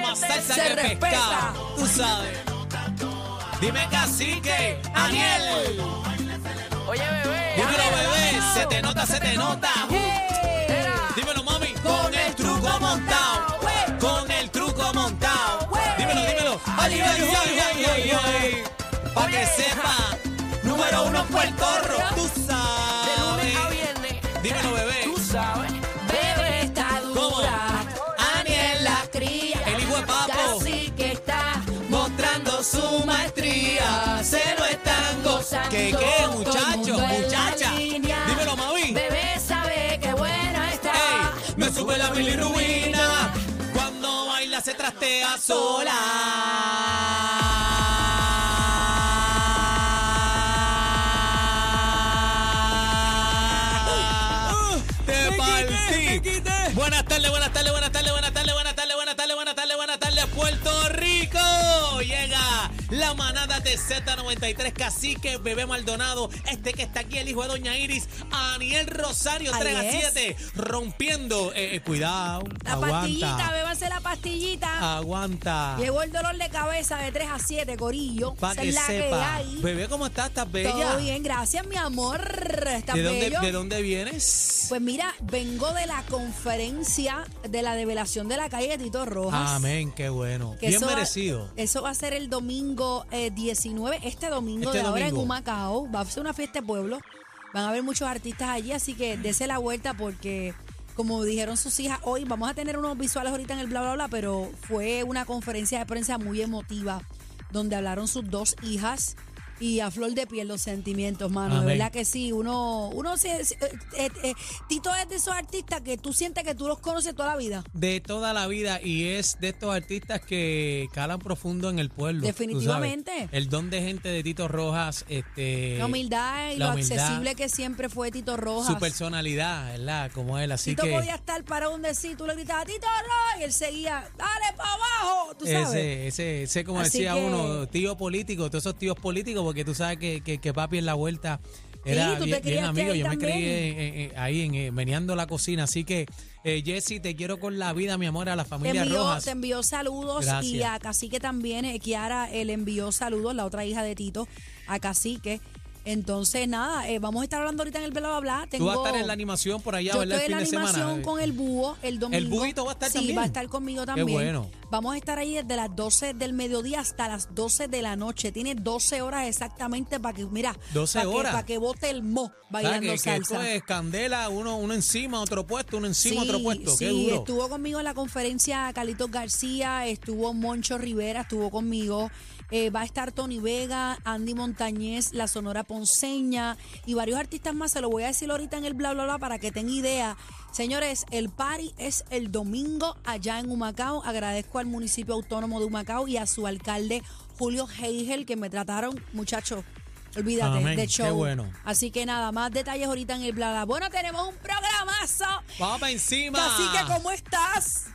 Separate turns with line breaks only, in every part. más salsa
se
que
respeta.
pescado, tú sabes. Dime cacique, Aniel.
Oye, bebé.
Dímelo,
dale,
bebé,
dale.
se te nota, se te nota. Dímelo, mami, con el truco montado. Con el truco montado. Dímelo, dímelo. Ay, ay, ay, ay, ay, ay. Pa' que sepa, número uno en Puerto Rico, tú
De lunes a
sabes.
viernes.
Dímelo, bebé.
Tú sabes.
Bebé está
¿Cómo?
dura, Aniel la cría,
El hijo de papo.
casi que está
Mostrando su maestría, se lo están gozando. ¿Qué, qué,
todo el
muchachos,
mundo en la
muchachas?
línea.
Dímelo, mami.
Bebé sabe que buena está.
Ey, me sube la bilirrubina cuando baila se trastea sola. ¡Ah!
Uh,
Te partí. Buenas tardes, buenas tardes, buenas tardes, buenas tardes, buenas tardes, buenas tardes, buenas tardes, buenas tardes, Puerto Rico. Llega la manada de Z93 Cacique, Bebé Maldonado, este que está aquí, el hijo de Doña Iris, Aniel Rosario,
Ahí
3 a
es.
7, rompiendo. Eh, eh, cuidado,
La pastillita,
aguanta,
bébanse la pastillita.
aguanta.
Llegó el dolor de cabeza de 3 a 7, Corillo.
Para Ah.
Esa
que
es la que
sepa.
hay.
Bebé, ¿cómo estás? ¿Estás bella?
Todo bien, gracias, mi amor. ¿Estás
¿De dónde,
bello?
¿De dónde vienes?
Pues mira, vengo de la conferencia de la develación de la calle de Tito Rojas.
Amén, qué bueno.
Pues, Que
bien
eso va-
merecido.
eso va a ser el domingo eh, 19, este domingo
Este
de ahora en
domingo.
Humacao. Va a ser una fiesta de pueblo. Van a haber muchos artistas allí, así que dese la vuelta porque, como dijeron sus hijas, hoy vamos a tener unos visuales ahorita en el bla, bla, bla, pero fue una conferencia de prensa muy emotiva donde hablaron sus dos hijas y a flor de piel los sentimientos, mano. De
Amén.
verdad que sí, uno, uno se- se- eh, eh, eh, Tito es de esos artistas que tú sientes que tú los conoces toda la vida.
de toda la vida y es de estos artistas que calan profundo en el pueblo. tú sabes.
Definitivamente.
El don de gente de Tito Rojas, este
La humildad y
la
lo
humildad,
accesible que siempre fue Tito Rojas.
su personalidad, ¿verdad? Como él, así
Tito
que
podía estar para donde sí, tú le gritabas, Tito Rojas, y él seguía, dale para abajo, tú sabes.
ese ese ese como
Así
decía
que-
uno, tío político, todos esos tíos políticos porque tú sabes que, que, que papi en la vuelta era
Sí, tú te
bien, bien
criaste
amigo,
ahí
yo me
también.
creí ahí en eh, meneando la cocina, así que eh, Jessy, te quiero con la vida, mi amor, a la
Te
familia
envió,
Rojas.
te envió saludos y
Gracias.
a Cacique también, eh, Kiara, él envió saludos, la otra hija de Tito, a Cacique. Entonces, nada, eh, vamos a estar hablando ahorita en el Bla Bla Bla.
Tú
Tengo,
vas a estar en la animación por allá,
yo
¿verdad?
estoy en
el
la
fin de
animación
semana. eh.
con el búho el domingo.
¿El búhito va a estar
sí,
también?
va a estar conmigo también.
bueno.
Vamos a estar ahí desde las 12 del mediodía hasta las 12 de la noche. Tiene 12 horas exactamente para que, mira,
12
para
horas.
Que, para que bote el mo
¿Sabes
bailando
que, que
salsa.
esto es candela, uno, uno encima, otro puesto, uno encima, otro puesto.
sí,
Qué duro.
estuvo conmigo en la conferencia Carlitos García, estuvo Moncho Rivera, estuvo conmigo. eh, va a estar Tony Vega, Andy Montañez, La Sonora Ponceña y varios artistas más. Se lo voy a decir ahorita en el bla, bla, bla para que tengan idea. Señores, el party es el domingo allá en Humacao. Agradezco al municipio autónomo de Humacao y a su alcalde Julio Heigel que me trataron, muchachos. Olvídate,
Amén,
de
qué
show.
bueno.
Así que nada, más detalles ahorita en el bla bla. Bueno, tenemos un programazo.
Vamos para encima.
Así que, ¿cómo estás?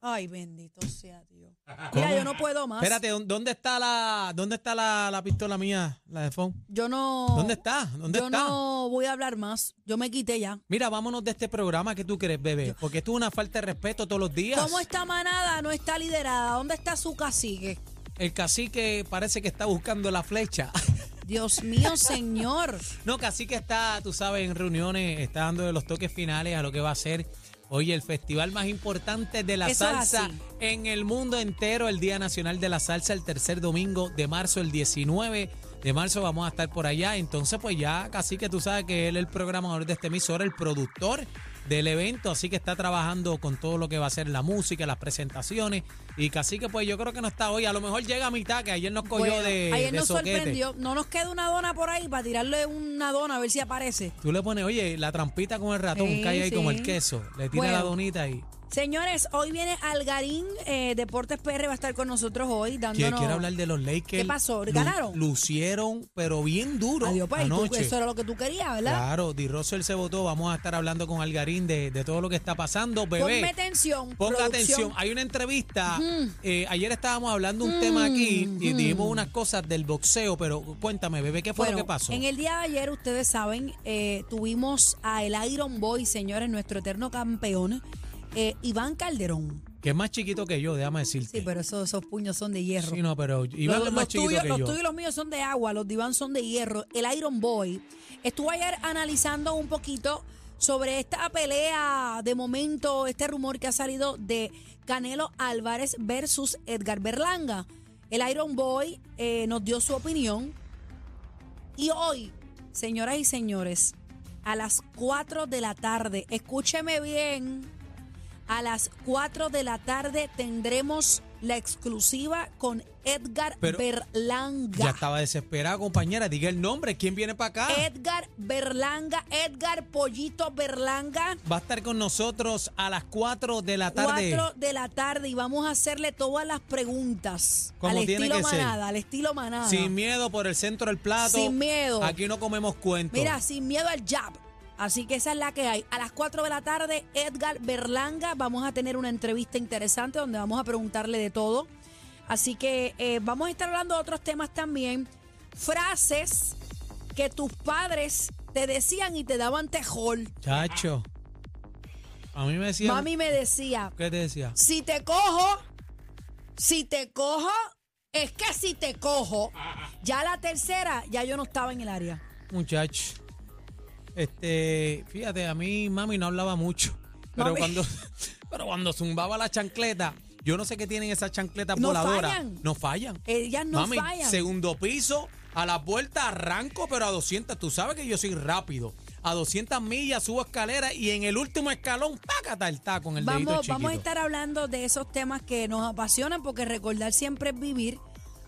Ay, bendito sea Dios. Mira,
¿Cómo?
yo no puedo más.
Espérate, ¿dó- ¿dónde está la, dónde está la, la pistola mía, la de phone?
Yo no.
¿Dónde está? ¿Dónde
yo
está?
no voy a hablar más. Yo me quité ya.
Mira, vámonos de este programa que tú crees, bebé. Porque esto es una falta de respeto todos los días.
¿Cómo esta manada no está liderada? ¿Dónde está su cacique?
El cacique parece que está buscando la flecha.
Dios mío, señor.
No, cacique está, tú sabes, en reuniones, está dando de los toques finales a lo que va a ser. Oye, el festival más importante de la
Eso es
salsa
así.
en el mundo entero, el Día Nacional de la Salsa, el tercer domingo de marzo, el 19 de marzo vamos a estar por allá. Entonces, pues ya, cacique, tú sabes que él es el programador de este emisor, el productor del evento, así que está trabajando con todo lo que va a ser la música, las presentaciones. Y cacique, pues yo creo que no está hoy. A lo mejor llega a mitad, que ayer nos cogió
Bueno,
de,
ayer
de
nos
soquete.
sorprendió. No nos queda una dona por ahí para tirarle una dona a ver si aparece.
Tú le pones, oye, la trampita con el ratón,
Sí,
cae ahí
sí.
como el queso, le tira
Bueno.
la donita y
Señores, hoy viene Algarín. eh, Deportes PR va a estar con nosotros hoy
quiere,
dándonos.
quiere hablar de los Lakers.
¿Qué pasó?
Lu-
¿Ganaron?
lucieron, pero bien duro
Adiós, pues, y tú-
anoche.
eso era lo que tú querías, ¿verdad?
claro, Di Russell se votó, vamos a estar hablando con Algarín de, de todo lo que está pasando,
Ponme
bebé.
atención.
Ponga
Pues producción.
atención, hay una entrevista, eh, ayer estábamos hablando un tema aquí
Mm,
y dijimos unas cosas del boxeo, pero cuéntame, bebé, ¿qué fue
Bueno,
lo que pasó?
En el día de ayer, ustedes saben, eh, tuvimos a el Iron Boy, señores, nuestro eterno campeón, eh, Iván Calderón.
que es más chiquito que yo, déjame decirte.
Sí, pero esos, esos puños son de hierro.
Sí, no, pero Iván
los,
es más
los
chiquito
tuyos,
que
los
yo.
tuyos y los míos son de agua, los diván son de hierro. El Iron Boy estuvo ayer analizando un poquito sobre esta pelea de momento, este rumor que ha salido de Canelo Álvarez versus Edgar Berlanga. El Iron Boy eh, nos dio su opinión. Y hoy, señoras y señores, a las 4 de la tarde, escúcheme bien, a las 4 de la tarde tendremos la exclusiva con Edgar
Pero
Berlanga.
Ya Ah. estaba desesperada, compañera. Diga el nombre. ¿Quién viene para acá?
Edgar Berlanga, Edgar Pollito Berlanga.
Va a estar con nosotros a las 4 de la tarde.
4 de la tarde y vamos a hacerle todas las preguntas.
Como
al
tiene
estilo
que ser.
manada, al estilo manada.
Sin miedo por el centro del plato.
ah, Sin miedo.
Aquí no comemos cuentos.
Mira, sin miedo al jab. Así que esa es la que hay. A las 4 de la tarde, Edgar Berlanga. Vamos a tener una entrevista interesante donde vamos a preguntarle de todo. Así que eh, vamos a estar hablando de otros temas también. Frases que tus padres te decían y te daban tejol.
Chacho. A mí me decían.
Mami me decía,
¿Qué te decía?
si te cojo, si te cojo, es que si te cojo. Ya la tercera, ya yo no estaba en el área.
Muchacho. Este, fíjate, a mí mami no hablaba mucho. Pero
Mami.
cuando pero cuando zumbaba la chancleta, yo no sé qué tienen esas chancletas
No
voladoras.
fallan.
No fallan.
Ellas no
mami,
fallan.
segundo piso, a la vuelta arranco, pero a 200. Tú sabes que yo soy rápido. A 200 millas subo escalera y en el último escalón, pácata el taco en el dedito
Vamos,
chiquito.
vamos a estar hablando de esos temas que nos apasionan porque recordar siempre es vivir.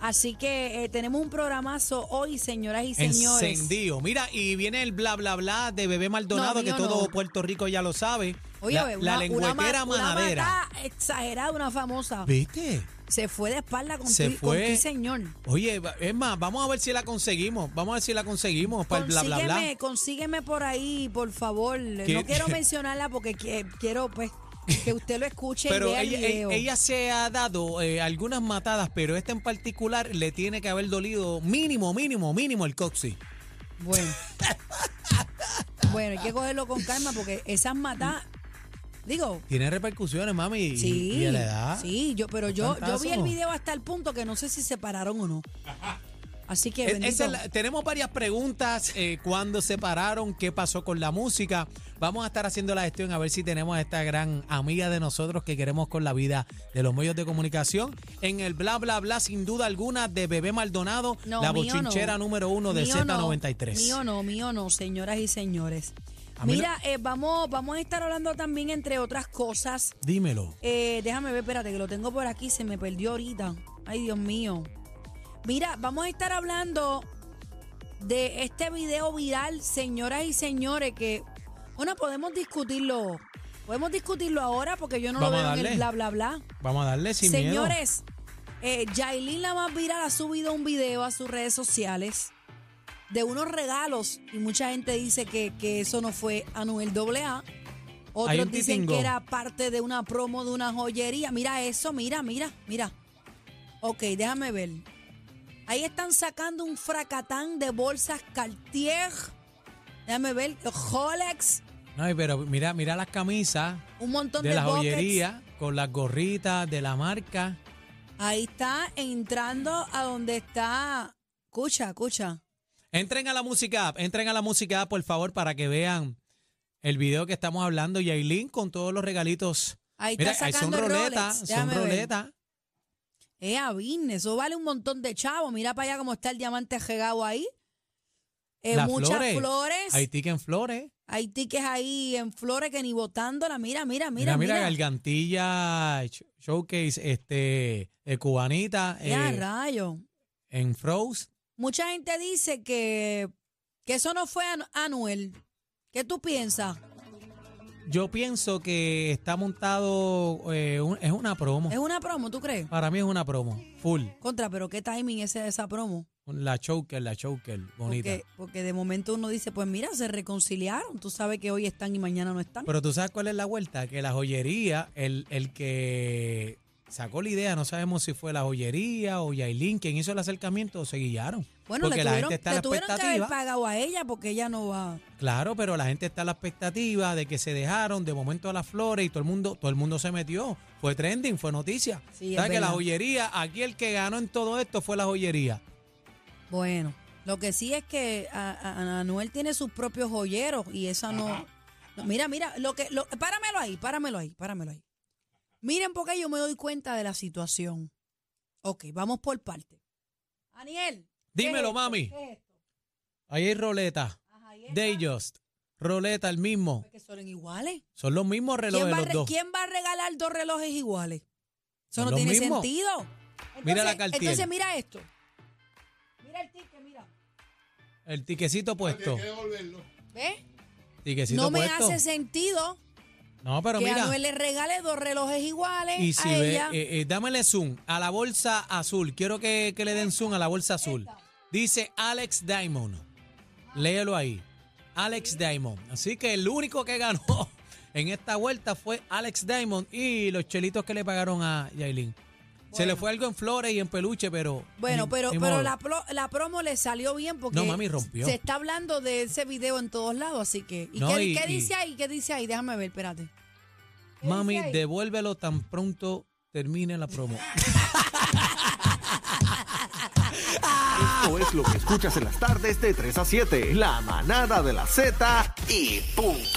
Así que eh, tenemos un programazo hoy, señoras y señores.
Encendido. Mira, y viene el bla, bla, bla de Bebé Maldonado,
No,
que
mío
todo
no.
Puerto Rico ya lo sabe.
Oye,
la,
una,
la
una
lengüetera
ma- una
manadera.
matada exagerada, una famosa.
¿Viste?
Se fue de espalda con,
Se
tu- con
fue.
tu señor.
Oye, va- es más, vamos a ver si la conseguimos. Vamos a ver si la conseguimos para el bla, bla, bla.
Consígueme, consígueme por ahí, por favor. No quiero mencionarla porque qui- quiero pues que usted lo escuche y
Pero
vea
ella,
el video.
ella- ella se ha dado eh, algunas matadas, pero esta en particular le tiene que haber dolido mínimo, mínimo, mínimo el coxi.
Bueno. bueno, hay que cogerlo con calma porque esas matadas, digo,
Tiene repercusiones, mami. y-
Sí,
Y a la edad.
sí, yo, pero yo, yo vi el
Cantazo.
video hasta el punto que no sé si se pararon o no. Así que
Es-
bendito.
E-, esa es la- tenemos varias preguntas. eh, ¿Cuándo se pararon? ¿Qué pasó con la música? Vamos a estar haciendo la gestión a ver si tenemos a esta gran amiga de nosotros que queremos con la vida de los medios de comunicación. En el bla, bla, bla, sin duda alguna, de Bebé Maldonado,
No,
la
mío no.
bochinchera número uno de
Mío
Z93.
No, mío no, mío no, señoras y señores.
A mí
Mira, eh, vamos, vamos a estar hablando también, entre otras cosas.
Dímelo.
Eh, déjame ver, espérate, que lo tengo por aquí, se me perdió ahorita. Ay, Dios mío. Mira, vamos a estar hablando de este video viral, señoras y señores, que, bueno, podemos discutirlo. Podemos discutirlo ahora porque yo no
Vamos a
lo veo en
darle.
el bla, bla, bla.
Vamos a darle sin miedo.
Señores, eh, Yailin la más viral ha subido un video a sus redes sociales de unos regalos y mucha gente dice que, que eso no fue Anuel AA.
Hay un
Otros dicen
titingo.
que era parte de una promo de una joyería. Mira eso, mira, mira, mira. Ok, déjame ver. Ahí están sacando un fracatán de bolsas Cartier. Déjame ver, Rolex,
No, pero mira, mira las camisas
un montón de,
de la
buckets.
joyería con las gorritas de la marca.
Ahí está entrando a donde está. Escucha, escucha.
Entren a la música app, entren a la música app, por favor, para que vean el video que estamos hablando. Yailin con todos los regalitos.
Ahí
Mira,
está
ahí son
sacando el
roletas,
Rolex.
son
Déjame ver.
roletas.
Eh, a business, eso vale un montón de chavo. Mira para allá cómo está el diamante regado ahí. Eh,
Las
muchas
flores.
flores.
Hay
Hay,
tickets en flores.
tickets ahí en flores que ni botándola. Mira, mira,
Mira,
mira.
mira,
Mira,
gargantilla sh- showcase este eh, cubanita
Ya,
eh,
rayo.
en Froze.
Mucha gente dice que, que eso no fue An- Anuel. ¿Qué tú piensas?
Ah. Yo pienso que está montado, eh, un- es una promo.
¿Es una promo, tú crees?
Para mí es una promo, full.
Contra, pero qué timing ese de esa promo.
La choker, la choker, bonita.
Porque, porque de momento uno dice, pues mira, se reconciliaron. Tú sabes que hoy
Pues,
están y mañana no están.
Pero tú sabes cuál es la vuelta, que la joyería, el, el que sacó la idea, no sabemos si fue la joyería o Yailin quien hizo el acercamiento, se guiaron.
Bueno,
porque
le
la
tuvieron,
gente está a
le
la
tuvieron que haber
expectativa.
pagado a ella porque ella no va.
Claro, pero la gente está a la expectativa de que se dejaron de momento a las flores y todo el mundo, todo el mundo se metió. Fue trending, fue noticia.
Sí, es
¿Sabes que la
verdad.
joyería, aquí el que ganó en todo esto fue la joyería?
Bueno, lo que sí es que a- a- a Anuel tiene sus propios joyeros y esa no, no, Mira, mira, lo que lo- páramelo ahí, páramelo ahí, páramelo ahí. Miren porque yo me doy cuenta de la situación. Ok, vamos por parte. Aniel. ¿qué es
Dímelo,
esto?
mami.
¿Qué es esto?
Ahí hay roleta.
Ajá, ¿y esta?
They just. Roleta, el mismo.
Porque son iguales.
Son los mismos
¿Quién
relojes
va, a
los
re-
dos.
quién va a regalar dos relojes iguales? Eso
Son
no
los
tiene
mismos.
sentido.
Mira la
Entonces-
Cartier.
Entonces mira esto. Mira el ticket, mira.
El tiquecito puesto.
¿Ves?
Tiquecito
No me
puesto.
hace sentido
No, pero
que
mira.
Anuel le regale dos relojes iguales
Y si
a
ve,
ella.
eh, eh, dámele zoom a la bolsa azul. Quiero que, que le den zoom a la bolsa azul. Dice Alex Diamond. Léelo ahí. Alex Diamond. Así que el único que ganó en esta vuelta fue Alex Diamond y los chelitos que le pagaron a Yailin. Se le
Bueno.
fue algo en flores y en peluche, pero.
bueno,
ni-
pero,
ni
pero
modo.
la, pro- la promo le salió bien porque
No, mami, rompió.
se está hablando de ese video en todos lados, así que. ¿Y,
No,
qué,
y-
qué
y-
dice ahí? ¿Qué dice ahí? Déjame ver, espérate. ¿Qué
Mami,
dice ahí?
devuélvelo tan pronto termine la promo.
Esto es lo que escuchas en las tardes de 3 a 7. La manada de la Z y punto.